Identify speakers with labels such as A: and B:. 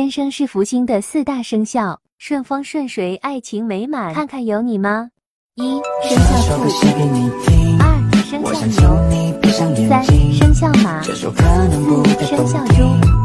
A: 天生是福星的四大生肖，顺风顺水，爱情美满。看看有你吗？一生肖
B: 首歌
A: 兔，
B: 写给你听，
A: 二生
B: 我
A: 肖
B: 想
A: 牛，
B: 请你闭上眼
A: 三
B: 睛，
A: 生肖马，
B: 这首可能不太
A: 生
B: 动
A: 肖
B: 听
A: 猪。